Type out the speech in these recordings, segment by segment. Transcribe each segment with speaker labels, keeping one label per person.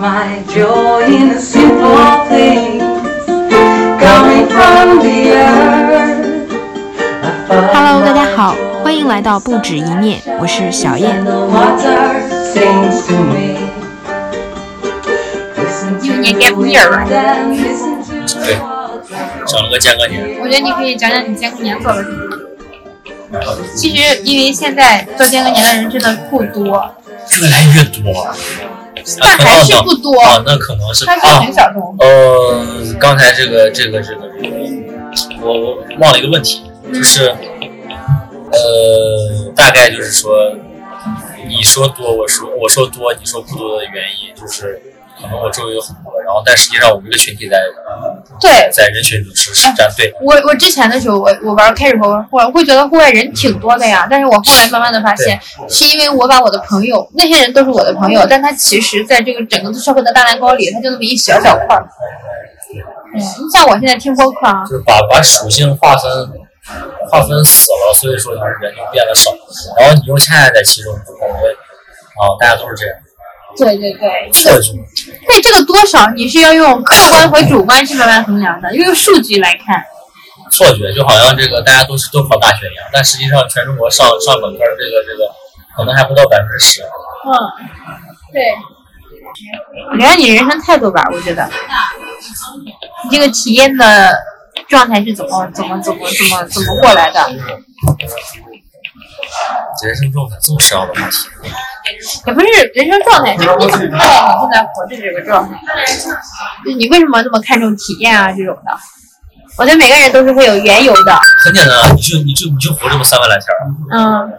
Speaker 1: my joy in the simple things coming from the earth. I find
Speaker 2: Hello，大家
Speaker 1: my
Speaker 2: 好
Speaker 1: joy，
Speaker 2: 欢迎来到不止一念，我是小燕
Speaker 1: and。the water sings to me. Listen to
Speaker 3: 你你别
Speaker 1: the
Speaker 3: 不一人
Speaker 1: wind
Speaker 3: 吧。
Speaker 1: and listen to the water.
Speaker 4: 整了个间隔年，
Speaker 3: 我觉得你可以讲讲你健康年做了什么。
Speaker 4: 然后
Speaker 3: 其实，因为现在做健康年的人真的不多，
Speaker 4: 越来越多，
Speaker 3: 但还是不多，
Speaker 4: 啊，那可能是
Speaker 3: 它是
Speaker 4: 啊
Speaker 3: 很，小众。
Speaker 4: 呃，刚才这个这个这个这个，我我忘了一个问题，就是呃，大概就是说，你说多，我说我说多，你说不多的原因就是。可能我周围有很多，然后但实际上我们这个群体在
Speaker 3: 对
Speaker 4: 在人群里是是站队，
Speaker 3: 我，我之前的时候，我我玩开始玩户外，会觉得户外人挺多的呀。但是我后来慢慢的发现，是因为我把我的朋友，那些人都是我的朋友，但他其实在这个整个社会的大蛋糕里，他就那么一小小块儿。嗯，你像我现在听播客啊，
Speaker 4: 就是把把属性划分划分死了，所以说就是人就变得少，然后你又恰恰在其中不够位，啊，大家都是这样
Speaker 3: 对对对，这个
Speaker 4: 错觉。
Speaker 3: 但这个多少你是要用客观和主观去慢慢衡量的，因为用数据来看。
Speaker 4: 错觉，就好像这个大家都是都考大学一样，但实际上全中国上上本科儿这个这个可能还不到百分之十。啊
Speaker 3: 嗯，对。聊聊你人生态度吧，我觉得。你这个体验的状态是怎么怎么怎么怎么怎么过来的？
Speaker 4: 人生状态这么深奥的话题，
Speaker 3: 也不是人生状态，就是你怎么看待你现在活着这个状态？就你为什么那么看重体验啊这种的？我觉得每个人都是会有缘由的，
Speaker 4: 很简单啊，你就你就你就活这么三万来天儿。啊
Speaker 3: 嗯。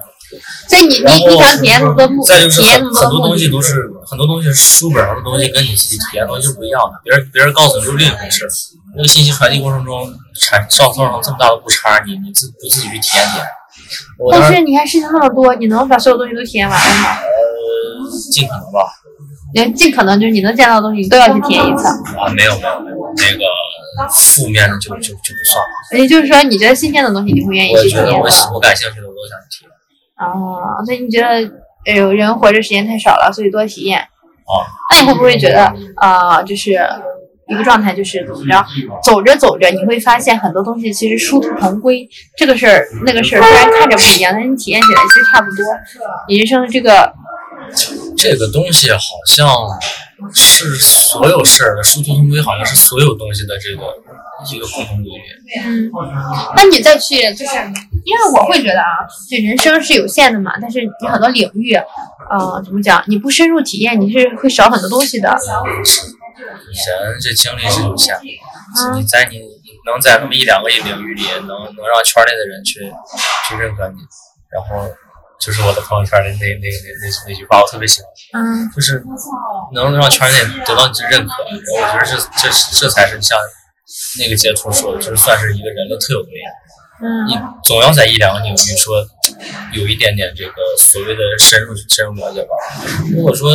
Speaker 3: 所以你
Speaker 4: 然
Speaker 3: 你
Speaker 4: 后
Speaker 3: 你想体验那么多目，
Speaker 4: 再就是
Speaker 3: 体验
Speaker 4: 很
Speaker 3: 那么多
Speaker 4: 很多
Speaker 3: 目
Speaker 4: 东西
Speaker 3: 的，
Speaker 4: 都是很多东西是书本上的东西，跟你自己体验的东西是不一样的。别人别人告诉你就是另一回事，那个信息传递过程中产造造成这么大的误差，你你自不自己去体验体验？我当
Speaker 3: 但
Speaker 4: 时
Speaker 3: 是你看事情那么多，你能把所有东西都体验完了吗？
Speaker 4: 呃尽可能吧，
Speaker 3: 连尽可能就是你能见到的东西，你都要去体验一次。
Speaker 4: 啊没有没有没有那个负面的就就就不算了。
Speaker 3: 也就是说，你觉得新鲜的东哎西，你啊会愿意
Speaker 4: 我
Speaker 3: 去体
Speaker 4: 觉得
Speaker 3: 验
Speaker 4: 我
Speaker 3: 的。
Speaker 4: 喜我感兴趣的我都想去体验。
Speaker 3: 啊，所以你觉得，哎呦，人活着时间太少了，所以多体验。
Speaker 4: 哦，
Speaker 3: 那你会不会觉得，啊，就是一个状态，就是怎么着，走着走着，你会发现很多东西其实殊途同归。这个事儿、那个事儿，虽然看着不一样，但是你体验起来其实差不多。你人生的这个，
Speaker 4: 这个东西好像是所有事儿的殊途同归，好像是所有东西的这个一个共同规律。
Speaker 3: 嗯，那你再去，就是因为我会觉得啊，就人生是有限的嘛，但是你很多领域，呃，怎么讲，你不深入体验，你是会少很多东西的。
Speaker 4: 人这精力是有限的，你在你能在那么一两个领域里，能能让圈内的人去去认可你，然后就是我的朋友圈里那那那那那句话，我特别喜欢，
Speaker 3: 嗯。
Speaker 4: 就是能让圈内得到你的认可，然后我觉得这这这才是像那个杰出说的，就是算是一个人类特有的力量。
Speaker 3: 嗯
Speaker 4: 你总要在一两个领域说有一点点这个所谓的深入深入了解吧。如果说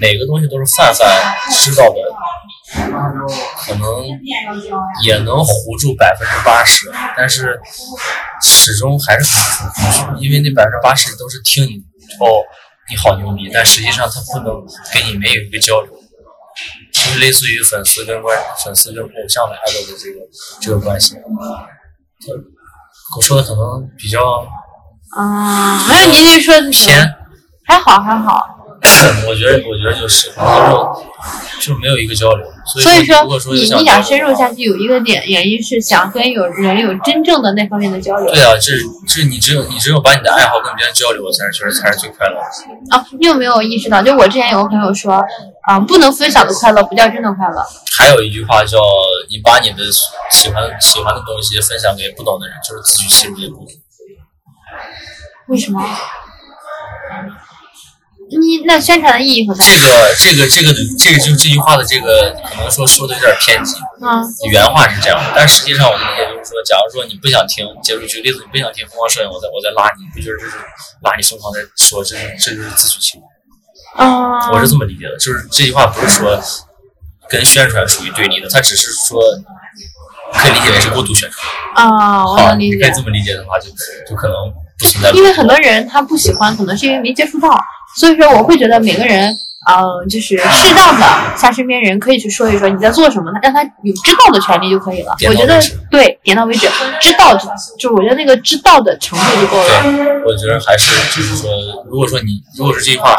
Speaker 4: 每个东西都是泛泛知道的，可能也能糊住百分之八十，但是始终还是很空虚，因为那百分之八十都是听你哦，你好牛逼，但实际上他不能跟你没有一个交流。就是类似于粉丝跟观粉丝跟偶像的 idol 的这个这个关系，我说的可能比较
Speaker 3: 啊，没有，您这说
Speaker 4: 偏，
Speaker 3: 还好还好，
Speaker 4: 我觉得我觉得就是，可能就是就没有一个交流，
Speaker 3: 所以
Speaker 4: 如果说
Speaker 3: 你
Speaker 4: 有
Speaker 3: 你
Speaker 4: 交
Speaker 3: 想
Speaker 4: 流
Speaker 3: 深入
Speaker 4: 的话
Speaker 3: 下去，有一个点原因是想跟有人有真正的那方面的交流
Speaker 4: 对啊，这这你只有你只有把你的爱好跟别人交流，才是觉得才是最快乐的。
Speaker 3: 啊。你有没有意识到？就我之前有个朋友说，啊，不能分享的快乐不叫真的快乐。
Speaker 4: 还有一句话叫你把你的喜欢喜欢的东西分享给不懂的人，就是自取其辱的孤独。
Speaker 3: 为什么？
Speaker 4: 嗯
Speaker 3: 你那宣传的意义何在？
Speaker 4: 这个这个这个这个就这句话的这个可能说说的有点偏激，
Speaker 3: 嗯
Speaker 4: 原话是这样的，但实际上我的理解就是说，假如说你不想听，结束举例子，你不想听疯狂摄影，我再我再拉你，不就是这是拉你疯狂的说，这是这就是自取其辱。
Speaker 3: 啊，
Speaker 4: 我是这么理解的，就是这句话不是说跟宣传属于对立的，它只是说可以理解为是过度宣传。
Speaker 3: 啊，我
Speaker 4: 好，
Speaker 3: 能
Speaker 4: 你
Speaker 3: 理
Speaker 4: 可以
Speaker 3: 解。
Speaker 4: 这么理解的话，就就可能不存在。
Speaker 3: 因为很多人他不喜欢，可能是因为没接触到，所以说我会觉得每个人呃，就是适当的向身边人可以去说一说你在做什么，让他有知道的权利就可以了。
Speaker 4: 点
Speaker 3: 我
Speaker 4: 到
Speaker 3: 觉得
Speaker 4: 为止
Speaker 3: 对，点到为止，知道就就我觉得那个知道的程度就够了。
Speaker 4: 对，我觉得还是就是说，如果说你如果是这句话，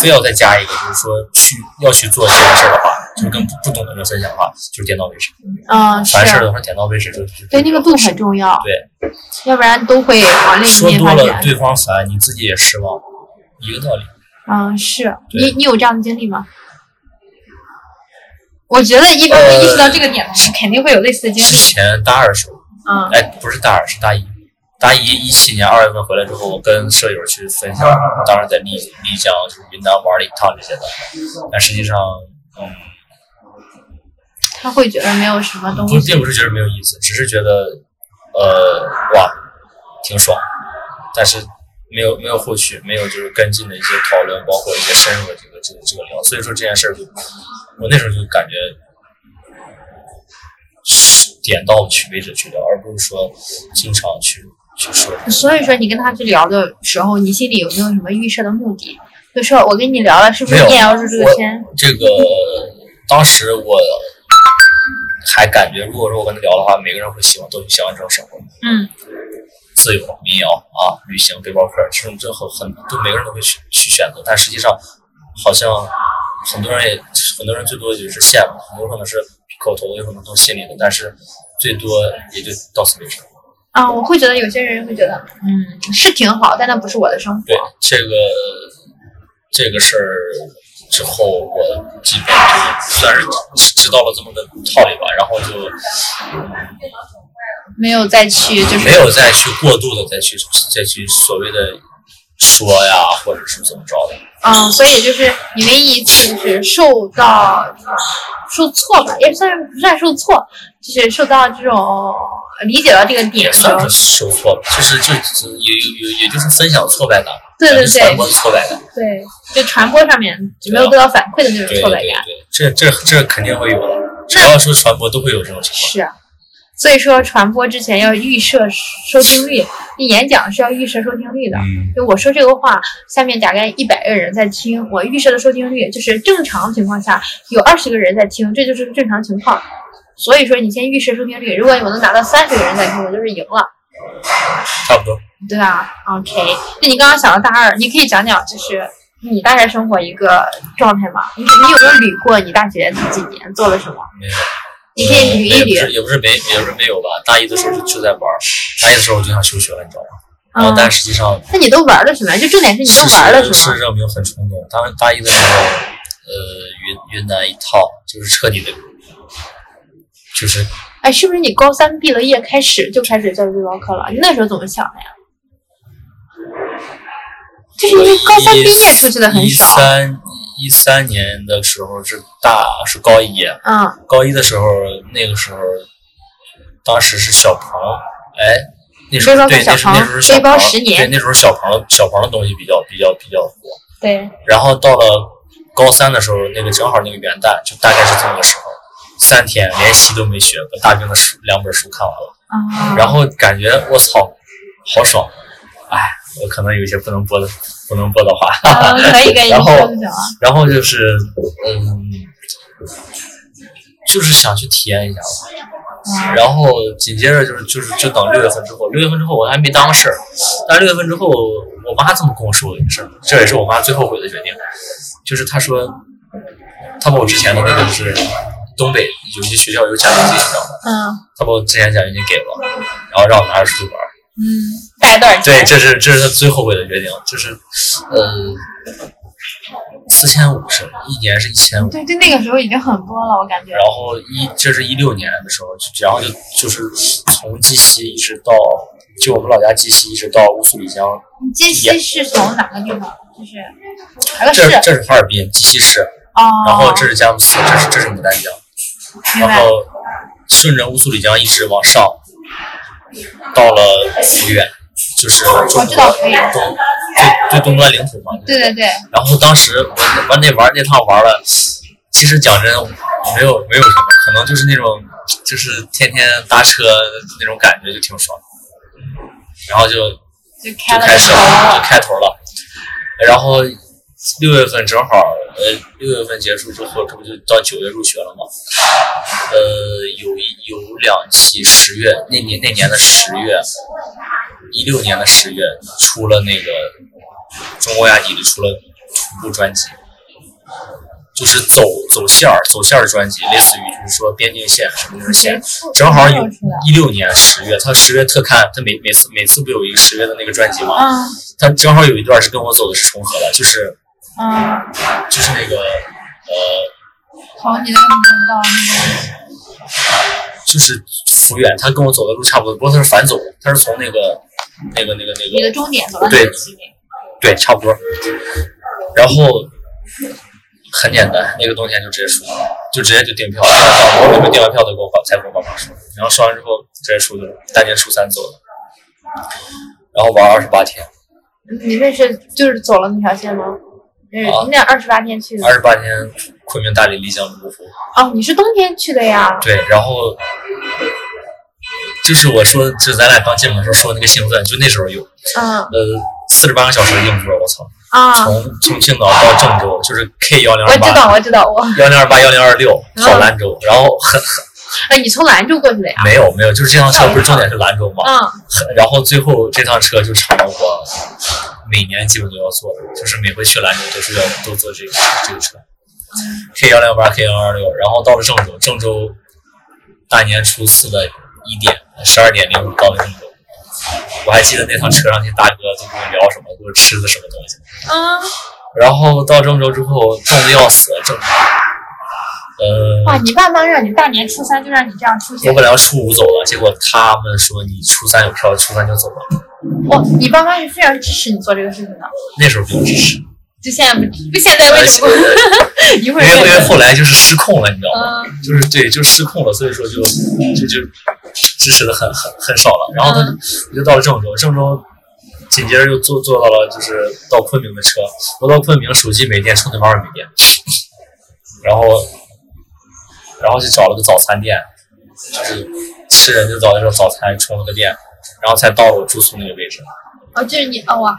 Speaker 4: 非要再加一个，就是说去要去做这件事儿的话，就是跟不不懂的人分享的话，就是点到为止。
Speaker 3: 嗯，
Speaker 4: 凡事
Speaker 3: 是，
Speaker 4: 都是点到为止，就是
Speaker 3: 对那个度很重要，
Speaker 4: 对，
Speaker 3: 要不然都会往另一
Speaker 4: 说
Speaker 3: 面
Speaker 4: 多
Speaker 3: 发
Speaker 4: 了
Speaker 3: 展。
Speaker 4: 对方烦，你自己也失望，一个道理。
Speaker 3: 嗯，是
Speaker 4: 对
Speaker 3: 你你有这样的经历吗？我觉得一般
Speaker 4: 呃
Speaker 3: 会意识到这个点的人肯定会有类似的经
Speaker 4: 之
Speaker 3: 历。
Speaker 4: 前大二时候，
Speaker 3: 嗯
Speaker 4: 哎，不是大二，是大一。大一一七年二月份回来之后，我跟舍友去分享，当时在丽丽江就是云南玩了一趟这些的，但实际上，嗯，
Speaker 3: 他会觉得没有什么东
Speaker 4: 不，
Speaker 3: 西
Speaker 4: 并。不是觉得没有意思，只是觉得，呃，哇，挺爽，但是没有没有后续，没有就是跟进的一些讨论，包括一些深入的这个这个这个聊，所以说这件事儿就，我那时候就感觉是点到去为止去聊，而不是说经常去去说。
Speaker 3: 所以说，你跟他去聊的时候，你心里有没有什么预设的目的？就说我跟你聊了，是不
Speaker 4: 没
Speaker 3: 是
Speaker 4: 有
Speaker 3: 你也要入这个圈？
Speaker 4: 这个当时我还感觉，如果说我跟他聊的话，每个人会喜欢都去向往这种生活。
Speaker 3: 嗯，
Speaker 4: 自由、民谣啊、旅行、背包客这种，最后很都每个人都会去去选择，但实际上好像很多人也很多人最多也就是羡慕，很多可能是口头的，有可能都心里的，但是最多也就到此为止。
Speaker 3: 啊，我会觉得有些人会觉得，嗯，是挺好，但那不是我的生活。
Speaker 4: 对这个这个事儿之后，我基本就算是知道了这么个道理吧，然后就
Speaker 3: 没有再去就是
Speaker 4: 没有再去过度的再去再去所谓的说呀，或者是怎么着的。
Speaker 3: 嗯，所以就是你唯一一次就是受到受挫吧，也算是不算受挫，就是受到这种理解到这个点
Speaker 4: 也
Speaker 3: 的时候
Speaker 4: 算，是受挫吧，就是就就也也也就是分享挫败感，
Speaker 3: 对对
Speaker 4: 感觉传播挫败感，
Speaker 3: 对，就传播上面就没有得到反馈的那种
Speaker 4: 对
Speaker 3: 挫
Speaker 4: 对
Speaker 3: 败
Speaker 4: 对
Speaker 3: 感，，
Speaker 4: 这这这肯定会有的，只要是传播都会有这种情况。
Speaker 3: 是。啊所以说，传播之前要预设收听率，你演讲是要预设收听率的。
Speaker 4: 嗯，
Speaker 3: 就我说这个话，下面大概一百个人在听，我预设的收听率就是正常情况下有二十个人在听，这就是正常情况。所以说你先预设收听率，如果我能拿到三十个人在听，我就是赢了，
Speaker 4: 差不多。
Speaker 3: 对吧？OK，那你刚刚想到大二，你可以讲讲就是你大学生活一个状态吗？你你有没有捋过你大学这几年做了什么？
Speaker 4: 没有，
Speaker 3: 你可以捋一
Speaker 4: 也不是
Speaker 3: 捋。
Speaker 4: 也不是没也不是没有吧。大一的时候就就在玩儿，大一的时候我就想休学了，你知道吗？然后
Speaker 3: 嗯，
Speaker 4: 但实际上
Speaker 3: 那你都玩了什么？就重点是你
Speaker 4: 事
Speaker 3: 都玩了什
Speaker 4: 实
Speaker 3: 么
Speaker 4: 事？实证明很冲动。当时大一的时候，呃，云云南一套就是彻底的，就是
Speaker 3: 哎，是不是你高三毕了业开始就开始教育
Speaker 4: 嗯
Speaker 3: 背包客了？你那时候怎么想的呀？就是因为高三毕业出去的很少
Speaker 4: 一，三一三年的时候是大是高一，
Speaker 3: 嗯
Speaker 4: 高一的时候那个时候，当时是小鹏，哎，那时
Speaker 3: 背包客
Speaker 4: 候对
Speaker 3: 小
Speaker 4: 那时候
Speaker 3: 鹏
Speaker 4: 那时候是小
Speaker 3: 背包
Speaker 4: 鹏
Speaker 3: 十年
Speaker 4: 对那时候小鹏小鹏的东西比较比较比较火。
Speaker 3: 对，
Speaker 4: 然后到了高三的时候，那个正好那个元旦就大概是这么个时候，三天连习都没学，把大兵的书两本书看完了。
Speaker 3: 啊、
Speaker 4: 然后感觉我操，好爽！哎，我可能有一些不能播的不能播的话，
Speaker 3: 嗯可 以可以，你
Speaker 4: 然后
Speaker 3: 说啊就行了。
Speaker 4: 然后就是嗯，就是想去体验一下吧。然后紧接着就是就是就等六月份之后，六月份之后我还没当事儿，但是六月份之后，我妈这么跟我说了一个事儿，这也是我妈最后悔的决定，就是她说，她把我之前的那个就是东北有些学校有奖学金，你知道吗？
Speaker 3: 嗯
Speaker 4: 她把我之前奖学金给我，然后让我拿着出去玩儿。
Speaker 3: 嗯，大概多少
Speaker 4: 对，
Speaker 3: 钱？
Speaker 4: 这是这是他最后悔的决定，就是，呃，四千五是一年是一千五，
Speaker 3: 对对，那个时候已经很多了，我感觉
Speaker 4: 然。后一这是一六年的时候，就然后就就是从鸡西一直到就我们老家鸡西一直到乌苏里江，
Speaker 3: 啊鸡西是从哪个地方？就是哪个市
Speaker 4: 这？这是哈尔滨鸡西市，
Speaker 3: 哦，
Speaker 4: 然后这是佳木斯，这是这是牡丹江，
Speaker 3: 明
Speaker 4: 然
Speaker 3: 白。
Speaker 4: 后顺着乌苏里江一直往上，到了抚远，就是中
Speaker 3: 我知道
Speaker 4: 国
Speaker 3: 抚远
Speaker 4: 东最最东端领土嘛，
Speaker 3: 对对对，
Speaker 4: 然后当时我我那玩那趟玩了，其实讲真，没有没有什么，可能就是那种就是天天搭车那种感觉就挺爽，嗯然后就就
Speaker 3: 就开了
Speaker 4: 开
Speaker 3: 个
Speaker 4: 始
Speaker 3: 头
Speaker 4: 了，
Speaker 3: 了
Speaker 4: 就。开头了。然后六月份正好呃呃六月份结束之后，这不就到九月入学了吗？呃，有一有两期十月那年那年的十月，一六年的十月出了那个中国亚底里出了徒步专辑，就是走走线儿走线儿专辑，类似于就是说边境线什么什么线，正好有一六年十月，他十月特刊，他每每次每次不有一个十月的那个专辑吗？
Speaker 3: 啊
Speaker 4: 他正好有一段是跟我走的是重合的，就是
Speaker 3: 啊！
Speaker 4: 就是那个呃，
Speaker 3: 好，你那个频道
Speaker 4: 就是福远，他跟我走的路差不多，不过他是反走的，他是从那个那个那个
Speaker 3: 你
Speaker 4: 那
Speaker 3: 的
Speaker 4: 个
Speaker 3: 终点走到哪
Speaker 4: 对
Speaker 3: 个起点？
Speaker 4: 对，差不多。然后很简单，那个冬天就直接出了，就直接就订票了。然后我们订完票都给我爸才跟我爸妈说，然后说完之后直接出的，大年初三走的，然后玩二十八天，
Speaker 3: 你认识就是走了那条线吗？认识
Speaker 4: 啊
Speaker 3: 你俩二十八天去的
Speaker 4: 二十八天昆明、大理、丽江、泸沽湖。
Speaker 3: 哦，你是冬天去的呀？
Speaker 4: 对，然后就是我说，就咱俩刚进门的时候说那个兴奋，就那时候有，
Speaker 3: 嗯
Speaker 4: 呃，四十八个小时硬座，我操，
Speaker 3: 啊，
Speaker 4: 从从青岛到郑州就是 K 幺零
Speaker 3: 我
Speaker 4: 二
Speaker 3: 知
Speaker 4: 八、
Speaker 3: 道，嗯我知道，我
Speaker 4: 幺零二八、幺零二六到兰州，然后很
Speaker 3: 哎，你从兰州过去的呀？
Speaker 4: 没有没有，就是这趟车不是重点是兰州吗？
Speaker 3: 嗯，
Speaker 4: 很然后最后这趟车就成了我每年基本都要坐的，就是每回去兰州都是要都坐这个这个车，K 幺零八 K 幺二六，然后到了郑州，郑州大年初四的一点十二点零五到了郑州，我还记得那趟车上那大哥都跟我聊什么，给我吃的什么东西，
Speaker 3: 啊，
Speaker 4: 然后到郑州之后冻得要死，郑州，呃，
Speaker 3: 哇！你爸妈让你大年初三就让你这样出去
Speaker 4: 我，本来要初五走了，结果他们说你初三有票，初三就走了。
Speaker 3: 哇！你爸妈是非常支持你做这个事情的，
Speaker 4: 那时候比较支持，
Speaker 3: 就现在不，就现在为什
Speaker 4: 哎
Speaker 3: 么 一 会儿
Speaker 4: 因为因为
Speaker 3: 认
Speaker 4: 后来就是失控了，你知道吗？
Speaker 3: 嗯
Speaker 4: 就是对，就失控了，所以说就就就支持的很很很少了。然后呢，我就到了郑州，郑州紧接着又坐坐到了就是到昆明的车，我到昆明手机没电，充电宝也没电， 然后然后就找了个早餐店，就是吃人就早那种早餐充了个电，然后才到了我住宿那个位置。
Speaker 3: 哦，就是你哦哇，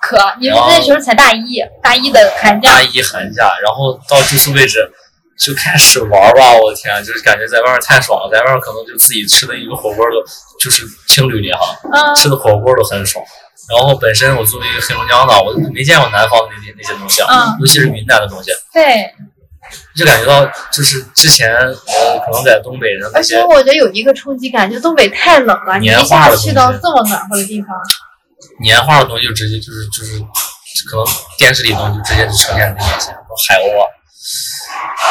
Speaker 3: 可你们
Speaker 4: 然后
Speaker 3: 那时候才大一，大一的寒假
Speaker 4: 哦大，一寒假，然后到住宿位置就开始玩儿吧，我的天啊，就是感觉在外面太爽了，在外面可能就自己吃的一个火锅都，就是青旅里哈，
Speaker 3: 嗯
Speaker 4: 吃的火锅都很爽。然后本身我作为一个黑龙江的，我没见过南方的那些那些东西啊
Speaker 3: 嗯，
Speaker 4: 尤其是云南的东西，
Speaker 3: 对，
Speaker 4: 就感觉到就是之前呃可能在东北的那
Speaker 3: 而且
Speaker 4: 些
Speaker 3: 我觉得有一个冲击感，就东北太冷了，你
Speaker 4: 年
Speaker 3: 一
Speaker 4: 画
Speaker 3: 下
Speaker 4: 的
Speaker 3: 去
Speaker 4: 东
Speaker 3: 到
Speaker 4: 西
Speaker 3: 这么暖和的地方，
Speaker 4: 年画的东西，就直接就是就是可能电视里的东西就直接就呈现在眼前，包括海鸥啊，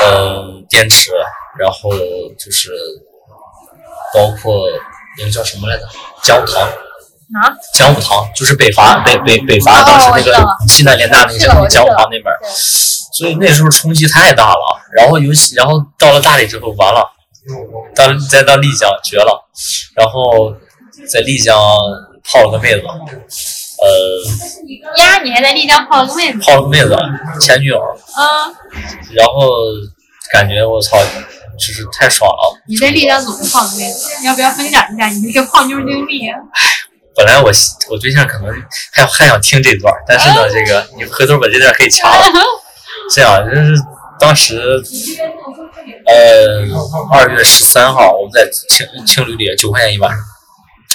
Speaker 4: 呃，电池，然后就是包括那个叫什么来着，姜糖，
Speaker 3: 啊，
Speaker 4: 姜母糖，就是北伐北北北伐
Speaker 3: 哦
Speaker 4: 当时那
Speaker 3: 我知道
Speaker 4: 个
Speaker 3: 了
Speaker 4: 西南联大那个
Speaker 3: 是的我知道
Speaker 4: 姜母糖那边儿，
Speaker 3: 对
Speaker 4: 所以那时候冲击太大了。然后尤其然后到了大理之后，完了，到再到丽江绝了，然后在丽江泡了个妹子，呃。
Speaker 3: 呀，你还在丽江泡了个妹子，
Speaker 4: 泡了妹子，前女友，
Speaker 3: 嗯，
Speaker 4: 然后感觉我操，就是太爽了。
Speaker 3: 你在丽江怎么泡的妹子？要不要分享一下你这个泡妞经历 啊？
Speaker 4: 本来我我对象可能还还想听这段，但是呢，
Speaker 3: 哦
Speaker 4: 这个你回头把这段可以掐了。这样就是当时，呃，二月十三号我们在青青旅里九块钱一晚上，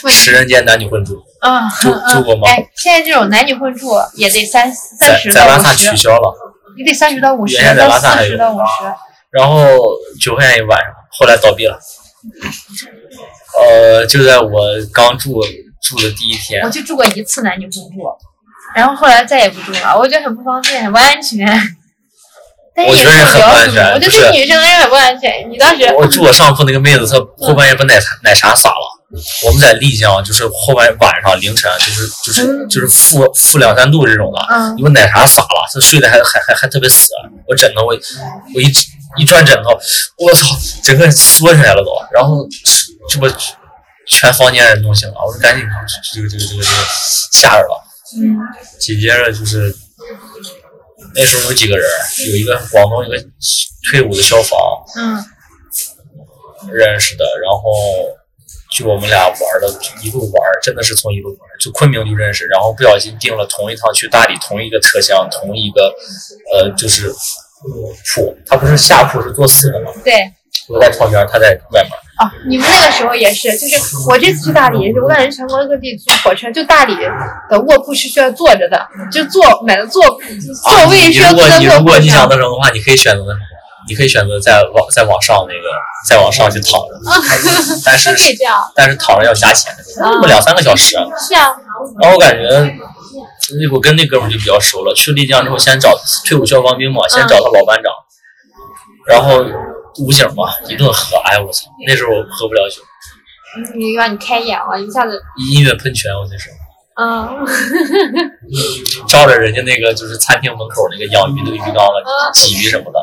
Speaker 3: 喂
Speaker 4: 十人间男女混住，
Speaker 3: 嗯，
Speaker 4: 住
Speaker 3: 嗯
Speaker 4: 住过吗
Speaker 3: 哎，现在这种男女混住也得三三
Speaker 4: 在
Speaker 3: 十
Speaker 4: 在
Speaker 3: 到
Speaker 4: 拉
Speaker 3: 五
Speaker 4: 萨取
Speaker 3: 十，
Speaker 4: 消了。
Speaker 3: 你得三十到五十，
Speaker 4: 原来在
Speaker 3: 到
Speaker 4: 拉萨还
Speaker 3: 四十
Speaker 4: 有哦
Speaker 3: 到五十。
Speaker 4: 然后九块钱一晚上，后来倒闭了。呃，就在我刚住住的第一天
Speaker 3: 我，就住过一次男女混住，然后后来再也不住了，我觉得很不方便，很不安全。但是
Speaker 4: 我
Speaker 3: 也
Speaker 4: 觉得
Speaker 3: 没有
Speaker 4: 很
Speaker 3: 聊
Speaker 4: 不安
Speaker 3: 什么
Speaker 4: 全
Speaker 3: 我觉得
Speaker 4: 就是
Speaker 3: 对女生来说很不安全。你当时
Speaker 4: 我住我上铺那个妹子，她后半夜把奶茶奶茶洒了。我们在丽江，就是后半晚上凌晨，啊就是就是就是负负两三度这种的，
Speaker 3: 嗯
Speaker 4: 你把奶茶洒了，她睡得还还还还特别死。啊我枕头我我一一转枕头，我操，整个人缩起来了都。然后这不全房间人弄醒了，我说赶紧这个这个这个这个吓着了。
Speaker 3: 嗯，
Speaker 4: 紧接着就是那时候有几个人，有一个广东一个退伍的消防，
Speaker 3: 嗯
Speaker 4: 认识的，然后就我们俩玩的，一路玩，真的是从一路玩，就昆明就认识，然后不小心订了同一趟去大理同一个车厢，同一个呃就是铺，它不是下铺是做四的吗？
Speaker 3: 对。
Speaker 4: 我在窗边，他在外面。
Speaker 3: 啊，你们那个时候也是，就是我这次去大理也是，我感觉全国各地坐火车，就大理的卧铺是需要坐着的，就坐买的坐座位
Speaker 4: 你
Speaker 3: 是要
Speaker 4: 如
Speaker 3: 坐
Speaker 4: 果
Speaker 3: 在
Speaker 4: 你
Speaker 3: 卧
Speaker 4: 如果
Speaker 3: 铺
Speaker 4: 你想
Speaker 3: 上。
Speaker 4: 那种的话，你可以选择，你可以选择再往再往上那个再往上去躺着，但是
Speaker 3: 都可以这样，啊
Speaker 4: 但是躺着要加钱，那么两三个小时。
Speaker 3: 是啊，
Speaker 4: 然后我感觉，我跟那哥们儿就比较熟了。去丽江之后，先找退伍消防兵嘛，先找他老班长，然后武警嘛，一顿喝。哎呀，我操！那时候我喝不了酒，
Speaker 3: 你让你开眼了，一下子，
Speaker 4: 音乐喷泉，我那时候。
Speaker 3: 嗯，
Speaker 4: 照着人家那个就是餐厅门口那个养鱼那个鱼缸了，鲫鱼什么的，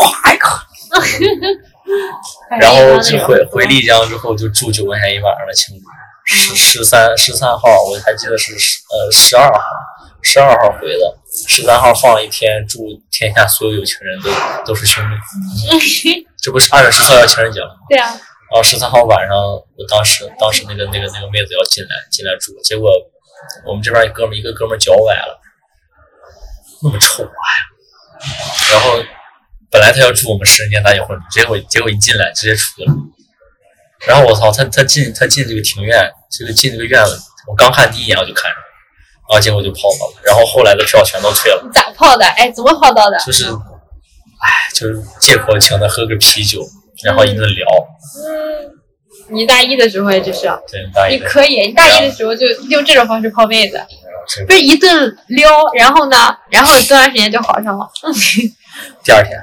Speaker 4: 哗一口。然后就回回丽江之后就住九块钱一晚上的青旅，十十三十三号我还记得是十呃十二号，十二号回的，十三号放了一天，祝天下所有有情人都都是兄弟。这不是二月十四号要情人节了吗？
Speaker 3: 对啊，
Speaker 4: 然后十三号晚上，我当时当时那个那个那个妹子要进来进来住，结果我们这边一哥们一个哥们脚崴了，那么臭啊呀！然后本来他要住我们十年大结婚，结果结果一进来直接出了。然后我操，他他进他进这个庭院，这个进这个院子，我刚看第一眼我就看上了，然后结果就泡到了，然后后来的票全都退了，
Speaker 3: 你咋泡的？哎，怎么泡到的？
Speaker 4: 就是，哎，就是借口请他喝个啤酒，然后一顿聊，
Speaker 3: 你大一的时候也就是，啊
Speaker 4: 对，大爷
Speaker 3: 你可以，你大一的时候就用这种方式泡妹子，
Speaker 4: 真
Speaker 3: 不是一顿撩，然后呢，然后多长时间就好上了？
Speaker 4: 第二天，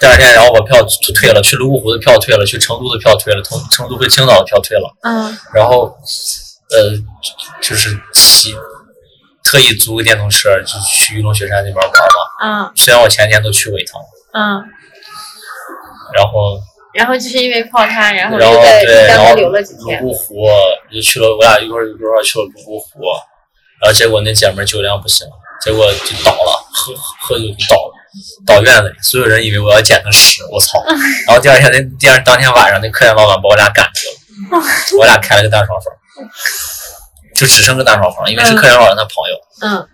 Speaker 4: 第二天，然后把票就退了，去泸沽湖的票退了，去成都的票退了，成成都回青岛的票退了，
Speaker 3: 嗯，
Speaker 4: 然后，呃，就是骑，特意租个电动车就去玉龙雪山那边玩嘛。
Speaker 3: 嗯
Speaker 4: 虽然我前天都去过一趟，
Speaker 3: 嗯。
Speaker 4: 然后，
Speaker 3: 然后就是因为泡他，然后
Speaker 4: 然后
Speaker 3: 又在
Speaker 4: 对，
Speaker 3: 单
Speaker 4: 然后
Speaker 3: 位
Speaker 4: 泸
Speaker 3: 留了几天。
Speaker 4: 沽湖就去了，我俩一块儿一块儿去了泸沽湖，然后结果那姐们儿酒量不行，结果就倒了，喝喝酒就倒了，倒院子里，所有人以为我要捡她尸，我操！然后第二天那第二当天晚上，那客店老板把我俩赶去了， 我俩开了个蛋炒房，就只剩个蛋炒房，因为是客店老板他朋友，
Speaker 3: 嗯，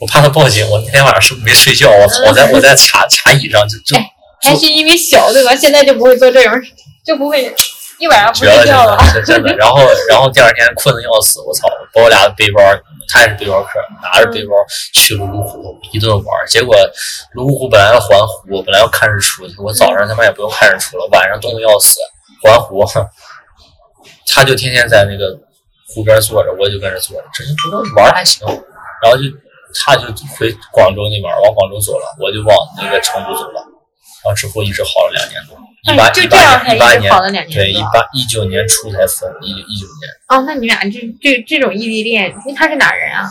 Speaker 4: 我怕他报警，我那天晚上是没睡觉，我操，我在我在 茶茶椅上就就
Speaker 3: 还是因为小对吧？现在就不会做这种， 就不会一晚上不
Speaker 4: 绝
Speaker 3: 睡
Speaker 4: 了，
Speaker 3: 觉了。
Speaker 4: 真的，真的。然后，然后第二天困得要死，我操！把我俩的背包，他也是背包客，拿着背包去泸沽湖一顿玩儿。结果泸沽湖本来要环湖，本来要看日出，我早上他妈也不用看日出了，晚上冻得要死，环湖。他就天天在那个湖边坐着，我就跟着坐着，这就不知道玩儿还行。然后就他就回广州那边儿，往广州走了，我就往那个成都走了。然后之后一直好了两年多，一八
Speaker 3: 哎就
Speaker 4: 一
Speaker 3: 这样
Speaker 4: 八
Speaker 3: 才
Speaker 4: 年
Speaker 3: 一
Speaker 4: 一八
Speaker 3: 直
Speaker 4: 年
Speaker 3: 好了两年
Speaker 4: 对，一
Speaker 3: 多
Speaker 4: 八一九年初才分，一一九年
Speaker 3: 哦，那你俩这这这种异地恋，那他是哪人啊？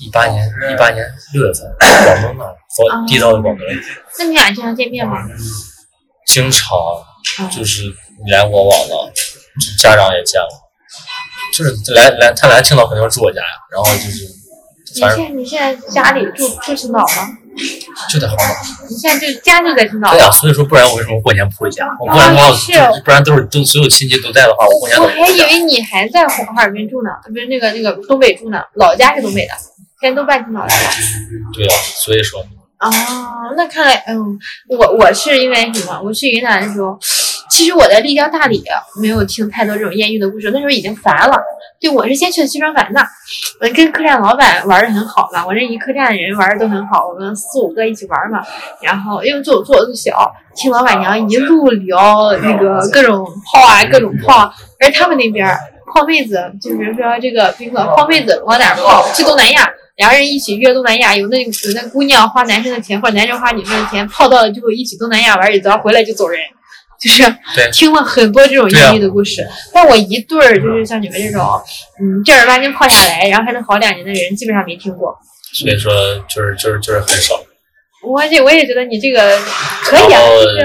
Speaker 4: 一八年一八年六月份， 广东那儿，
Speaker 3: 啊
Speaker 4: 到地道的广东，
Speaker 3: 那你俩经常见面吗？
Speaker 4: 经常
Speaker 3: 嗯
Speaker 4: 就是你来我往的，家长也见了，就是来来他来青岛肯定要住我家呀，然后就是
Speaker 3: 你
Speaker 4: 反正
Speaker 3: 现你现在家里住住青岛吗？
Speaker 4: 就在黄岛。
Speaker 3: 你现在就家就在青岛
Speaker 4: 对。啊，所以说不然我为什么过年不回家？我不然的
Speaker 3: 啊
Speaker 4: 话，
Speaker 3: 是
Speaker 4: 就不然都是都所有亲戚都在的话，我过年
Speaker 3: 我
Speaker 4: 怎么
Speaker 3: 还
Speaker 4: 回
Speaker 3: 以
Speaker 4: 家？
Speaker 3: 为你还在哈尔滨住呢，不是那个那个东北住呢，老家是东北的，现在都搬青岛来了。
Speaker 4: 对啊，所以说
Speaker 3: 哦，那看来，嗯，我我是因为什么？我去云南的时候，其实我在丽江、大理没有听太多这种艳遇的故事，那时候已经烦了。对，我是先去的西双版纳，我跟客栈老板玩的很好嘛，我这一客栈人玩的都很好，我们四五个一起玩嘛，然后因为坐坐的小，听老
Speaker 4: 啊
Speaker 3: 板娘一路聊那个各种泡啊，各种泡啊，而他们那边儿泡妹子，就是说这个宾客泡妹子往哪儿泡？去东南亚。两个人一起约东南亚，有那有那姑娘花男生的钱，或者男生花女生的钱，泡到了之后一起东南亚玩一遭，回来就走人，就是
Speaker 4: 对
Speaker 3: 听了很多这种
Speaker 4: 对啊
Speaker 3: 艳遇的故事。但我一对儿就是像你们这种，嗯，正儿八经泡下来，然后还能好两年的人，基本上没听过。
Speaker 4: 所以说就是就是就是很少。
Speaker 3: 我也我也觉得你这个可以啊
Speaker 4: 然，后
Speaker 3: 就是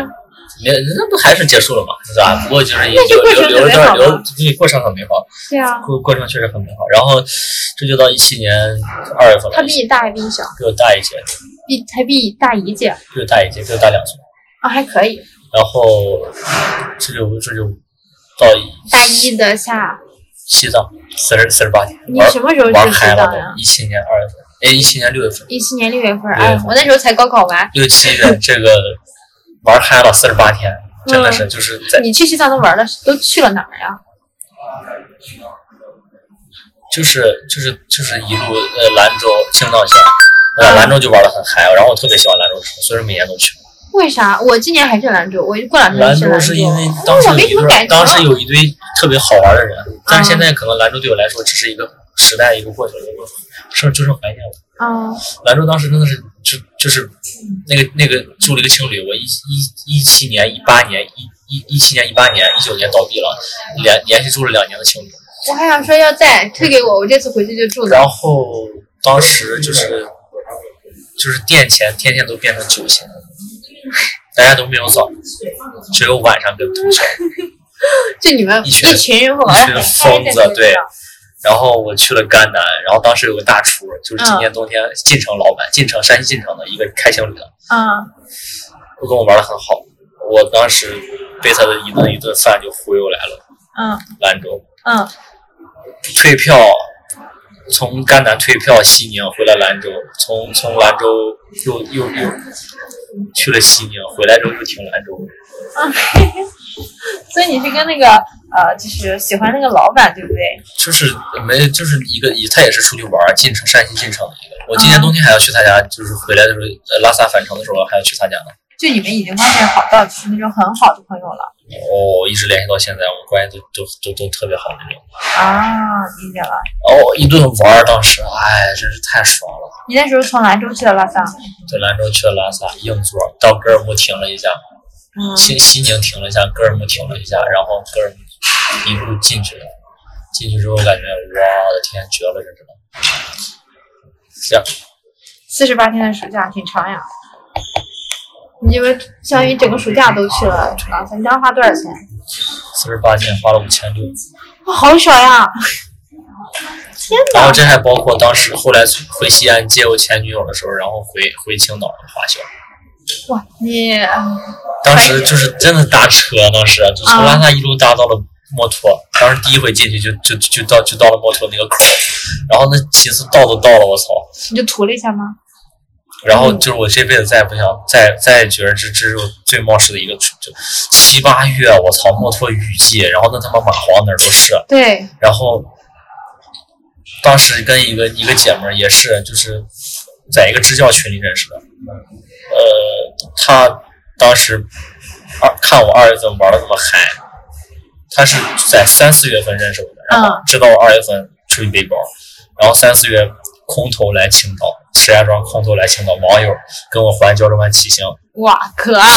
Speaker 4: 没，那不还是结束了嘛，是吧？不过就是也
Speaker 3: 那这过
Speaker 4: 留
Speaker 3: 程很
Speaker 4: 留留着
Speaker 3: 美
Speaker 4: 段
Speaker 3: 好
Speaker 4: 留
Speaker 3: 吗，
Speaker 4: 这过程很美好，
Speaker 3: 对啊，
Speaker 4: 过过程确实很美好。然后这就到一七年二月份了，
Speaker 3: 他比你大还比你小，
Speaker 4: 比我大一届，
Speaker 3: 比才比你大一届
Speaker 4: 比我大一届，比我大两岁。
Speaker 3: 啊，还可以。
Speaker 4: 然后这就这就到
Speaker 3: 大一的下，
Speaker 4: 西藏四十四十八天，
Speaker 3: 你
Speaker 4: 玩
Speaker 3: 什么时候
Speaker 4: 玩
Speaker 3: 去西
Speaker 4: 嗨
Speaker 3: 藏
Speaker 4: 了都
Speaker 3: 呀？
Speaker 4: 一七年二月份，哎，一七年六月份，
Speaker 3: 一七年六月份，
Speaker 4: 对
Speaker 3: 哎，我那时候才高考完，
Speaker 4: 六七人这个玩嗨了四十八天，真
Speaker 3: 嗯
Speaker 4: 的是就是在
Speaker 3: 你去西藏都玩了，都去了哪儿呀？
Speaker 4: 就是就是就是一路呃兰州青藏线，呃兰州就玩的很嗨，然后我特别喜欢兰州城，所以说每年都去。
Speaker 3: 为啥？我今年还去兰州，我过两天
Speaker 4: 兰
Speaker 3: 就去
Speaker 4: 州
Speaker 3: 嗯兰
Speaker 4: 是因为
Speaker 3: 哦
Speaker 4: 当时
Speaker 3: 我
Speaker 4: 有
Speaker 3: 没
Speaker 4: 一
Speaker 3: 什么
Speaker 4: 对
Speaker 3: 感情。嗯
Speaker 4: 当时有一堆特别好玩的人，但是现在可能兰州对我来说只是一个时代一个过去了，我剩就剩怀念了。
Speaker 3: 啊，
Speaker 4: 兰州当时真的是就就是那个那个住了一个青旅，我一一一七年、一八年、一一一七年、一八年、一九年倒闭了，连连续住了两年的青旅。
Speaker 3: 我还想说要再推给我，我这次回去就住那儿。
Speaker 4: 然后当时就是就是店钱天天都变成酒钱，大家都没有早，只有晚上跟通宵。
Speaker 3: 就你们
Speaker 4: 一群
Speaker 3: 人后来
Speaker 4: 一群疯子对然后我去了甘南，然后当时有个大厨，就是今年冬天晋城老板，晋城山西晋城的一个开青旅的，
Speaker 3: 嗯，
Speaker 4: 都跟我玩的很好。我当时被他的一顿一顿饭就忽悠来了
Speaker 3: 嗯
Speaker 4: 兰州，
Speaker 3: 嗯，
Speaker 4: 退票，从甘南退票西宁回了兰州，从从兰州又又又去了西宁，回来之后又停兰州。
Speaker 3: 所以你是跟那个呃，就是喜欢那个老板，对不对？
Speaker 4: 就是没，就是一个，也他也是出去玩儿，进城山西进城的一个。我今年冬天还要去他家，就是回来的时候，呃拉萨返程的时候还要去他家呢。
Speaker 3: 就你们已经关系好到就是那种很好的朋友了
Speaker 4: 哦，一直联系到现在，我们关系都都都都特别好那种。
Speaker 3: 啊，理解了。
Speaker 4: 哦，一顿玩儿，当时哎，真是太爽了。
Speaker 3: 你那时候从兰州去的拉萨，
Speaker 4: 对，兰州去了拉萨，硬座到格尔木停了一下，
Speaker 3: 嗯
Speaker 4: 西西宁停了一下，格尔木停了一下，然后格尔木一路进去了。进去之后感觉，我的天，绝了，这真的。这样，
Speaker 3: 四十八天的暑假挺长呀。你就是相当于整个暑假都去了啊拉萨，你当时花多少钱？
Speaker 4: 四十八天花了五千六。
Speaker 3: 哇，好少呀！天
Speaker 4: 然后
Speaker 3: 哪！
Speaker 4: 这还包括当时后来回西安接我前女友的时候，然后回回青岛花销。
Speaker 3: 哇，你
Speaker 4: 当时就是真的搭车，当时啊就从拉萨一路搭到了墨脱。当时第一回进去就就就到就到了墨脱那个口，然后那几次到都到了，我操！
Speaker 3: 你就涂了一下吗？
Speaker 4: 然后就是我这辈子再也不想再再也觉得这这是我最冒失的一个出就七八月，啊我操，墨脱雨季，然后那他妈蚂蟥哪儿都是，
Speaker 3: 对，
Speaker 4: 然后当时跟一个一个姐们儿也是，就是在一个支教群里认识的。呃，她当时二看我二月份玩的那么嗨，她是在三四月份认识我的，然后
Speaker 3: 嗯
Speaker 4: 知道我二月份出去背包，然后三四月空投来青岛，石家庄空投来青岛，网友跟我环胶州湾骑行，
Speaker 3: 哇，可啊！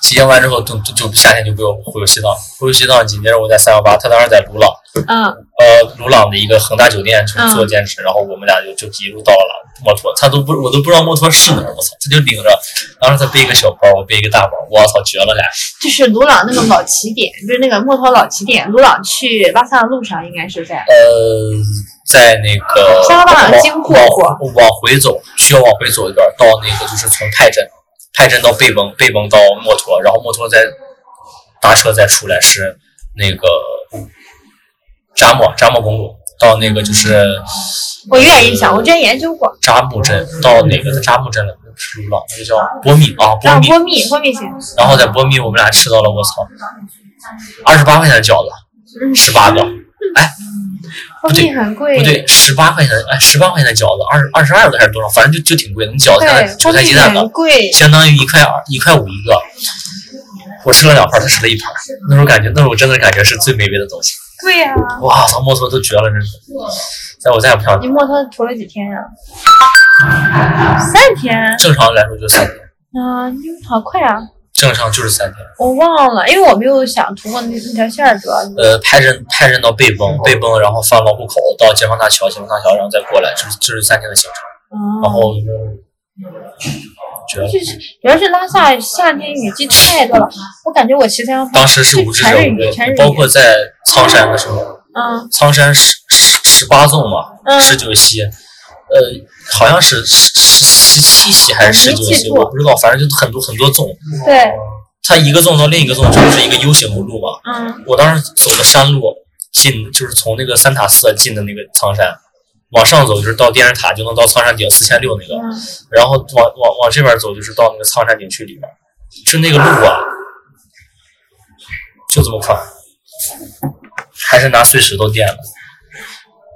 Speaker 4: 骑行完之后就就就夏天就被我忽悠西藏，忽悠西藏紧接着我在三幺八，她当时在鲁朗。
Speaker 3: 嗯，
Speaker 4: 呃，鲁朗的一个恒大酒店就是做兼职，然后我们俩就就一路到了墨脱，他都不我都不知道墨脱是哪儿，我操，他就领着，当时他背一个小包，我背一个大包，我操，绝了俩人，
Speaker 3: 就是鲁朗那个老起点，就是那个墨脱老起点，鲁朗去拉萨的路上应该是在
Speaker 4: 呃，在那个
Speaker 3: 沙巴
Speaker 4: 往
Speaker 3: 经过
Speaker 4: 往往回走，需要往回走一段，到那个就是从泰镇，泰镇到贝崩，贝崩到墨脱，然后墨脱再搭车再出来是那个扎莫扎莫公路，到那个就是。
Speaker 3: 嗯我有点印象，我之前研究过。
Speaker 4: 扎木镇到哪个扎木镇了？那不是鲁朗，那个叫波密哦啊，波
Speaker 3: 啊，
Speaker 4: 密。
Speaker 3: 波密，波密行，
Speaker 4: 然后在波密，我们俩吃到了我操，二十八块钱的饺子，十八个，
Speaker 3: 波密很贵。
Speaker 4: 不嗯啊对，十八块钱的，哎，十八块钱的饺子，二二十二个还是多少？反正就就挺贵的，那饺子现在
Speaker 3: 对，
Speaker 4: 韭
Speaker 3: 波
Speaker 4: 菜
Speaker 3: 密
Speaker 4: 鸡蛋
Speaker 3: 很
Speaker 4: 的，
Speaker 3: 贵。
Speaker 4: 相当于一块二一块五一个。我吃了两盘，他吃了一盘，那时候感觉，那时候真的感觉是最美味的东西。
Speaker 3: 对啊呀、
Speaker 4: 哇操，墨脱都绝了，真是！但我再也不想
Speaker 3: 你，墨脱涂了几天呀、三天。
Speaker 4: 正常来说就三天，
Speaker 3: 啊，你好快啊！
Speaker 4: 正常就是三天。
Speaker 3: 我忘了，因为我没有想涂过那那条线儿，主要是。
Speaker 4: 呃，派人派人到贝崩，贝崩，然后翻老虎口到解放大桥，解放大桥，然后再过来，这是这是三天的行程。然
Speaker 3: 哦。
Speaker 4: 后觉得
Speaker 3: 嗯就是主要是拉萨夏天雨季太多了，我感觉我骑三幺八
Speaker 4: 当时是无知者
Speaker 3: 全是
Speaker 4: 无
Speaker 3: 雨全是
Speaker 4: 畏，
Speaker 3: 雨
Speaker 4: 包括在苍山的时候，
Speaker 3: 嗯
Speaker 4: 苍山十十十八纵嘛，
Speaker 3: 嗯
Speaker 4: 十九溪，呃，好像是十十十七溪还是十九
Speaker 3: 我没记
Speaker 4: 溪，
Speaker 3: 住
Speaker 4: 我不知道，反正就很多很多纵，
Speaker 3: 对，
Speaker 4: 它一个纵到另一个纵就是一个 U 型公路嘛。
Speaker 3: 嗯
Speaker 4: 我当时走的山路进，就是从那个三塔寺进的那个苍山，往上走就是到电视塔，就能到苍山顶四千六那个，然后往往往这边走就是到那个苍山景区里边，就那个路啊，就这么宽，还是拿碎石头垫的。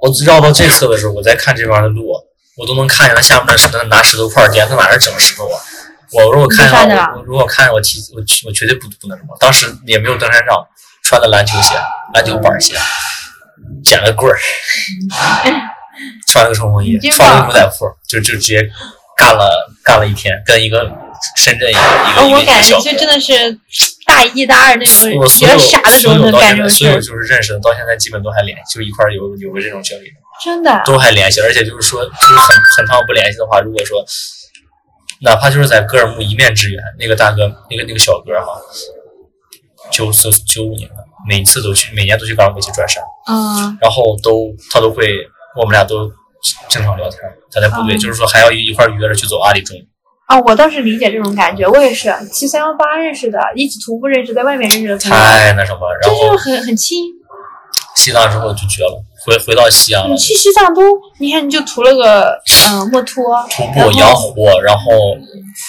Speaker 4: 我绕到这侧的时候，我再看这边的路，啊我都能看见他下面的是那拿石头块垫，他哪是整石头啊？我如果看
Speaker 3: 你
Speaker 4: 见
Speaker 3: 看见了
Speaker 4: 我，我如果看见我骑我去我绝对不不那什么，当时也没有登山杖，穿的篮球鞋、篮球板鞋，捡了 棍儿，穿了个冲锋衣
Speaker 3: 真，棒
Speaker 4: 穿了个牛仔裤，就就直接干了干了一天，跟一个深圳一个一个
Speaker 3: 哦，
Speaker 4: 一个
Speaker 3: 我
Speaker 4: 一个
Speaker 3: 感觉
Speaker 4: 小
Speaker 3: 就
Speaker 4: 哥。
Speaker 3: 真的是大一、大二那种
Speaker 4: 我
Speaker 3: 比
Speaker 4: 所
Speaker 3: 较
Speaker 4: 有
Speaker 3: 傻的时
Speaker 4: 所
Speaker 3: 候
Speaker 4: 有
Speaker 3: 能
Speaker 4: 到
Speaker 3: 干
Speaker 4: 现
Speaker 3: 这种
Speaker 4: 在所
Speaker 3: 事
Speaker 4: 有
Speaker 3: 儿，
Speaker 4: 就是认识的，到现在基本都还联系，就一块儿有有过这种经历。
Speaker 3: 真的。
Speaker 4: 都还联系，而且就是说，就是很很长不联系的话，如果说哪怕就是在格尔木一面之缘，那个大哥，那个那个小哥哈，九四九五年的，每次都去，每年都去格尔木一起转山，
Speaker 3: 嗯，
Speaker 4: 然后都他都会，我们俩都正常聊天。他在部队，
Speaker 3: 嗯
Speaker 4: 就是说还要一块儿约着去走阿里中，
Speaker 3: 啊，我倒是理解这种感觉，我也是骑三幺八认识的，一起徒步认识，在外面认识的朋友，
Speaker 4: 太那什么。然
Speaker 3: 真是
Speaker 4: 后
Speaker 3: 很很亲。
Speaker 4: 西藏之后就绝了，回回到西安了
Speaker 3: 你，去西藏都，你看你就涂了个嗯墨脱，
Speaker 4: 徒
Speaker 3: 然
Speaker 4: 步
Speaker 3: 后
Speaker 4: 羊湖，然后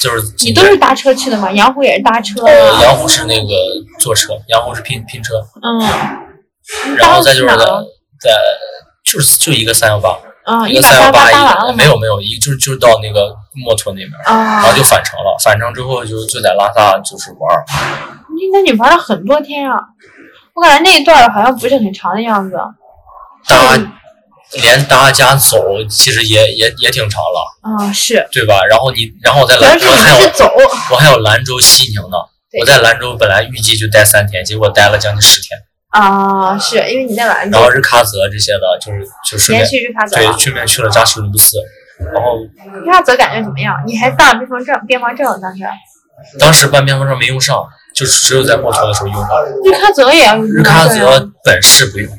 Speaker 4: 就是
Speaker 3: 你都是搭车去的嘛？杨虎也是搭车
Speaker 4: 呃
Speaker 3: 嘛？
Speaker 4: 羊湖是那个坐车，羊湖是拼拼车。
Speaker 3: 嗯，你
Speaker 4: 然
Speaker 3: 搭
Speaker 4: 后
Speaker 3: 了
Speaker 4: 再
Speaker 3: 去
Speaker 4: 就是
Speaker 3: 哪
Speaker 4: 在
Speaker 3: 儿了？
Speaker 4: 在就是就一个三幺八，
Speaker 3: 啊，
Speaker 4: 一
Speaker 3: 一
Speaker 4: 个
Speaker 3: 百
Speaker 4: 三
Speaker 3: 八八
Speaker 4: 幺八，
Speaker 3: 搭完
Speaker 4: 一
Speaker 3: 了
Speaker 4: 个
Speaker 3: 吗
Speaker 4: 没？有没有，一个就是就是到那个墨脱那边，
Speaker 3: 啊
Speaker 4: 然后就返程了。返程之后就就在拉萨就是玩儿，
Speaker 3: 你那你玩了很多天啊！我感觉那一段好像不是很长的样子。嗯
Speaker 4: 搭连搭加走其实也也也挺长了，
Speaker 3: 啊，是，
Speaker 4: 对吧？然后你然后我在
Speaker 3: 主
Speaker 4: 兰
Speaker 3: 要是
Speaker 4: 我还
Speaker 3: 你是
Speaker 4: 有
Speaker 3: 走，
Speaker 4: 我还有兰州西宁呢。
Speaker 3: 对
Speaker 4: 我在兰州本来预计就待三天，结果待了将近十天，
Speaker 3: 啊，是因为你在兰州
Speaker 4: 然，后日喀则这些的，就是就顺
Speaker 3: 连
Speaker 4: 便
Speaker 3: 续日喀则
Speaker 4: 对
Speaker 3: 了。
Speaker 4: 顺便去了扎什伦布寺，然后
Speaker 3: 日喀则感觉怎么样？你还办了边防证，边防证当时。
Speaker 4: 当时办边防证没用上，就只有在墨脱的时候用上。
Speaker 3: 日喀则也要
Speaker 4: 日
Speaker 3: 日
Speaker 4: 喀则本市不用，
Speaker 3: 哦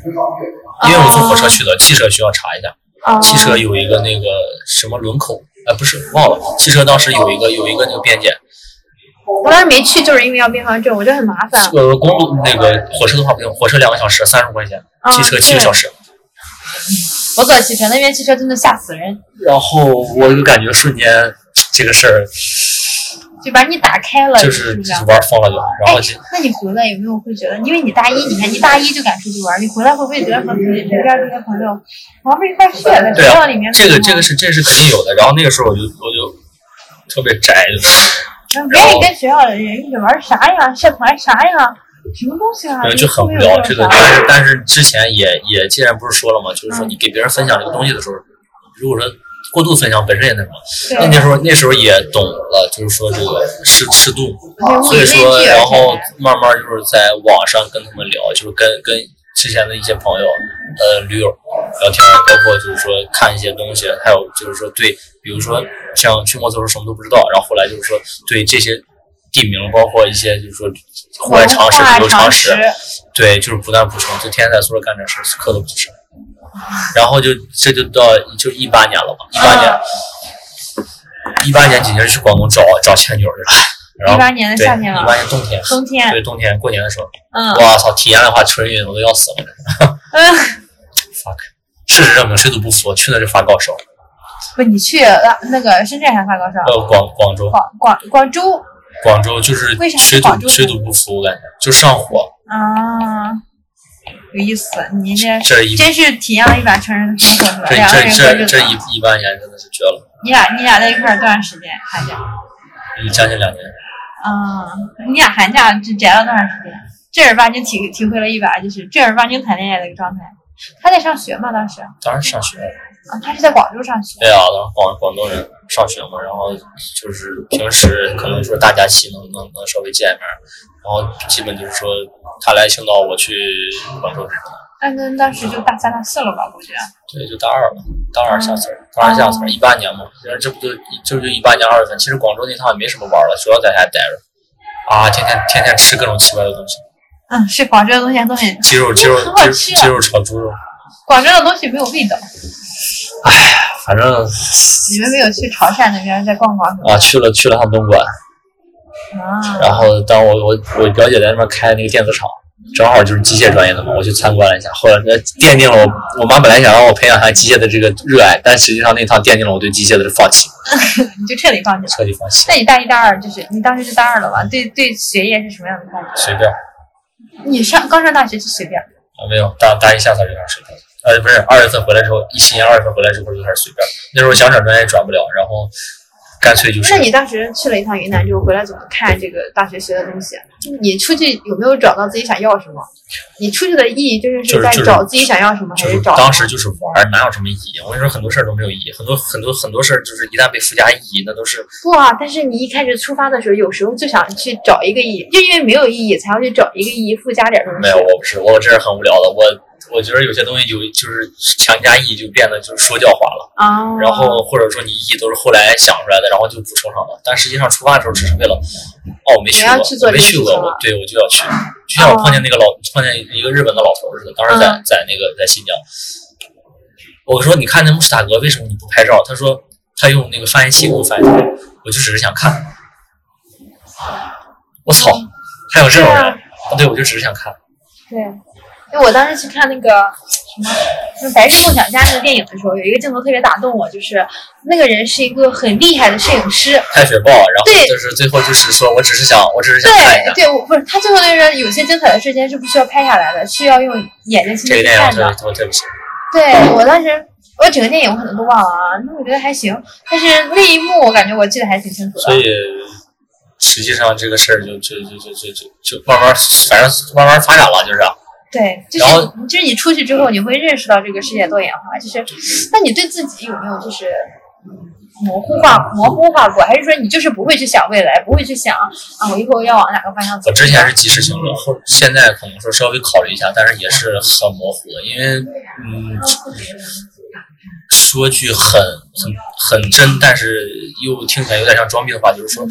Speaker 4: 因为我坐火车去的，汽车需要查一下。
Speaker 3: 啊，
Speaker 4: 汽车有一个那个什么轮口，呃，不是忘了，汽车当时有一个有一个那个边检，
Speaker 3: 我当时没去，就是因为要边防证，我觉得很麻烦。嗯
Speaker 4: 呃，公路那个火车的话不用，火车两个小时三十块钱，
Speaker 3: 啊
Speaker 4: 汽车七个小时。
Speaker 3: 我坐汽车，那边汽车真的吓死人，
Speaker 4: 然后我就感觉瞬间这个事儿
Speaker 3: 就把你打开了，
Speaker 4: 就是
Speaker 3: 不是啊哎
Speaker 4: 就是？玩疯了就，然后就
Speaker 3: 那你回来有没有会觉得，因为你大一，你看你大一就敢出去玩，你回来会不会觉得和同学周边这些朋友玩不一块去，在学
Speaker 4: 对啊
Speaker 3: 校里面
Speaker 4: 这个这个是这是肯定有的。然后那个时候我就我就特别宅，就是
Speaker 3: 不
Speaker 4: 哦
Speaker 3: 愿意跟学校的人一起玩啥呀，社团啥呀，什么东西啊，
Speaker 4: 对，
Speaker 3: 你
Speaker 4: 就很无
Speaker 3: 会不会有
Speaker 4: 聊。这
Speaker 3: 种
Speaker 4: 个，
Speaker 3: 想法
Speaker 4: 但是但是之前也也，既然不是说了嘛，就是说你给别人分享这个东西的时候，如果说过度分享本身也那什么，那那
Speaker 3: 对
Speaker 4: 时候那时候也懂了，就是说这个适适度，
Speaker 3: 对物
Speaker 4: 所以
Speaker 3: 以类
Speaker 4: 说
Speaker 3: 聚，
Speaker 4: 然后慢慢就是在网上跟他们聊，就是跟跟之前的一些朋友，呃，驴友聊天，包括就是说看一些东西，还有就是说对，比如说像去摩托时候什么都不知道，然后后来就是说对这些地名，包括一些就是说户外
Speaker 3: 文
Speaker 4: 常识、
Speaker 3: 化
Speaker 4: 旅游
Speaker 3: 常
Speaker 4: 常识，对，就是不断补充，就天天在宿舍干这事，课都不去上。然后就这就到就一八年了吧，一
Speaker 3: 嗯
Speaker 4: 八年，一八年紧接着去广东找找前女友去了，然
Speaker 3: 一
Speaker 4: 后
Speaker 3: 八年的
Speaker 4: 对
Speaker 3: 夏天
Speaker 4: 一
Speaker 3: 了，
Speaker 4: 八年冬天，
Speaker 3: 冬天，
Speaker 4: 对冬天过年的时候，
Speaker 3: 嗯，
Speaker 4: 哇操，体验了一下春运，我都要死了。
Speaker 3: 嗯，
Speaker 4: fuck，事实证明水土不服，去那就发高烧。
Speaker 3: 不，你去那那个深圳还发高烧，
Speaker 4: 呃，广广州，
Speaker 3: 广广广州
Speaker 4: 广州就是
Speaker 3: 为啥
Speaker 4: 水
Speaker 3: 广州
Speaker 4: 土
Speaker 3: 呢
Speaker 4: 水土不服，我感觉就上火。
Speaker 3: 啊，有意思，你这
Speaker 4: 这一这
Speaker 3: 真是体验了一把成人的生活，是吧？两个
Speaker 4: 这
Speaker 3: 人过
Speaker 4: 这
Speaker 3: 日
Speaker 4: 这
Speaker 3: 子，
Speaker 4: 一一八年真的是绝了，
Speaker 3: 你俩你俩在一块儿多长时间？寒假？
Speaker 4: 嗯，将近两年。
Speaker 3: 啊，你俩寒假这宅了多长时间？正儿八经体体会了一把就是正儿八经谈恋爱的一个状态。他在上学吗？当时啊，
Speaker 4: 当然上学了。
Speaker 3: 他是在广州上学。
Speaker 4: 对啊，然后广广东人上学嘛，然后就是平时可能说大假期能能能稍微见一面，然后基本就是说他来青岛，我去广州这种。
Speaker 3: 那那当时就大三大四了吧？估计。啊
Speaker 4: 对，就大二了，大二下册，大二下册，一八年嘛，然后这不就就就一八年二月份，其实广州那趟也没什么玩儿了，主要在家待着，啊，天天天天吃各种奇怪的东西，
Speaker 3: 嗯，是广州的东西都很，
Speaker 4: 鸡肉鸡肉
Speaker 3: 好好
Speaker 4: 鸡
Speaker 3: 吃
Speaker 4: 鸡肉炒猪肉，
Speaker 3: 广州的东西没有味道。
Speaker 4: 反正
Speaker 3: 你们没有去潮汕那边再逛逛什么
Speaker 4: 啊去了去了趟东莞，
Speaker 3: 的啊？
Speaker 4: 然后当我我我表姐在那边开那个电子厂，正好就是机械专业的嘛，我去参观了一下，后来呃奠定了我我妈本来想让我培养她机械的这个热爱，但实际上那一趟奠定了我对机械的放弃，
Speaker 3: 你就彻底放弃了。
Speaker 4: 彻底放弃，
Speaker 3: 那你大一、大二就是你当时是大二了吧？对对，学业是什么样的态度？
Speaker 4: 随便啊
Speaker 3: 你上刚上大学就随便，
Speaker 4: 没有大大一下才有点随便，呃不是二月份回来之后，一新年二月份回来之后有点随便，那时候想转专业转不了，然后干脆就是
Speaker 3: 那你当时去了一趟云南之后回来，怎么看这个大学学的东西？就是你出去有没有找到自己想要什么？你出去的意义究竟
Speaker 4: 就是
Speaker 3: 在
Speaker 4: 就是
Speaker 3: 找自己想要什么，
Speaker 4: 就
Speaker 3: 还
Speaker 4: 是
Speaker 3: 找
Speaker 4: 当时就是玩儿，哪有什么意义？我跟你说，很多事儿都没有意义，很多很多很多事儿就是一旦被附加意义，那都是
Speaker 3: 不啊？但是你一开始出发的时候，有时候就想去找一个意义，就因为没有意义才要去找一个意义，附加点东西。
Speaker 4: 没有。我不是，我这是很无聊的。我我觉得有些东西有就是强加意义就变得就是说教化了，
Speaker 3: 啊，
Speaker 4: 然后或者说你意义都是后来想出来的，然后就补充上了。但实际上出发的时候只是为了，哦，我没去
Speaker 3: 我要
Speaker 4: 过
Speaker 3: 去做，
Speaker 4: 没
Speaker 3: 这个
Speaker 4: 去
Speaker 3: 事
Speaker 4: 过，
Speaker 3: 情
Speaker 4: 我
Speaker 3: 了哦
Speaker 4: 对我就要去。就像我碰见那个老碰见一个日本的老头儿似的，当时在
Speaker 3: 嗯
Speaker 4: 在那个在新疆，我说你看那穆斯塔格为什么你不拍照？他说他用那个翻译器给我翻译，我就只是想看。我操，还有这种人？
Speaker 3: 对啊
Speaker 4: 对，我就只是想看。
Speaker 3: 对，因为我当时去看那个什么，就是《白日梦想家》那个电影的时候，有一个镜头特别打动我，就是那个人是一个很厉害的摄影师。
Speaker 4: 拍雪豹，然后
Speaker 3: 对
Speaker 4: 就是最后就是说我只是想，我只是想看一下
Speaker 3: 对。对，我不是他最后那个有些精彩的瞬间是不需要拍下来的，是要用眼睛亲
Speaker 4: 这
Speaker 3: 自
Speaker 4: 个
Speaker 3: 去
Speaker 4: 电影
Speaker 3: 看
Speaker 4: 特
Speaker 3: 的。
Speaker 4: 别我特别喜欢。
Speaker 3: 对我当时，我整个电影我可能都忘了啊，那我觉得还行，但是那一幕我感觉我记得还挺清楚
Speaker 4: 所
Speaker 3: 的。
Speaker 4: 以实际上这个事儿就就就就就就就慢慢，反正慢慢发展了，就是啊
Speaker 3: 对，就
Speaker 4: 然后
Speaker 3: 是你就是你出去之后，你会认识到这个世界多元化。就是，那你对自己有没有就是嗯模糊化、模糊化过？还是说你就是不会去想未来，不会去想啊，我以后要往哪个方向走？
Speaker 4: 我之前是及时行乐，后现在可能说稍微考虑一下，但是也是很模糊的，因为嗯，说句很很很真，但是又听起来有点像装逼的话，就是说，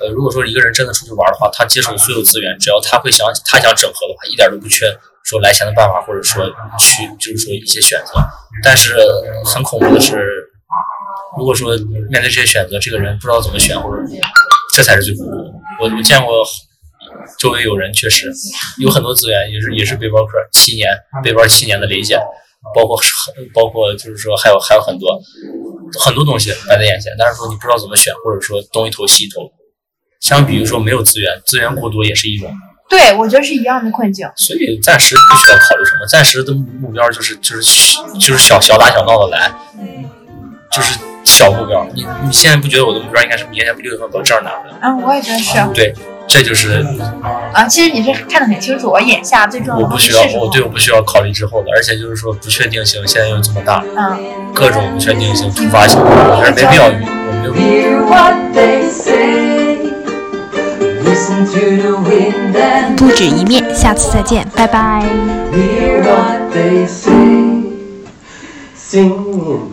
Speaker 4: 呃，如果说一个人真的出去玩的话，他接受所有资源，只要他会想他想整合的话，一点都不缺说来钱的办法，或者说去就是说一些选择。但是很恐怖的是，如果说面对这些选择，这个人不知道怎么选，或者这才是最恐怖的。我我见过周围有人确实有很多资源，也是也是背包客七年背包七年的累减，包括包括就是说还有还有很多很多东西摆在眼前，但是说你不知道怎么选，或者说东一头西一头。相比于说没有资源，资源过多也是一种，
Speaker 3: 对，我觉得是一样的困境。
Speaker 4: 所以暂时不需要考虑什么，暂时的目标就是就是就是小小打小闹的来，就是小目标。你你现在不觉得我的目标应该是明年六月份把证拿回来吗？
Speaker 3: 嗯，我也觉得是
Speaker 4: 对，这就是
Speaker 3: 啊。其实你是看得很清楚，我眼下最重要
Speaker 4: 我
Speaker 3: 的
Speaker 4: 不
Speaker 3: 东西
Speaker 4: 需要
Speaker 3: 是什，么
Speaker 4: 我？对我不需要考虑之后的，而且就是说不确定性现在又这么大，
Speaker 3: 嗯，
Speaker 4: 各种不确定性、突发性，我觉得没必要，我没有
Speaker 1: Hear what they say. Listen to the wind and
Speaker 2: 不止一面，下次再见，拜拜。
Speaker 1: hear what they say. Singing.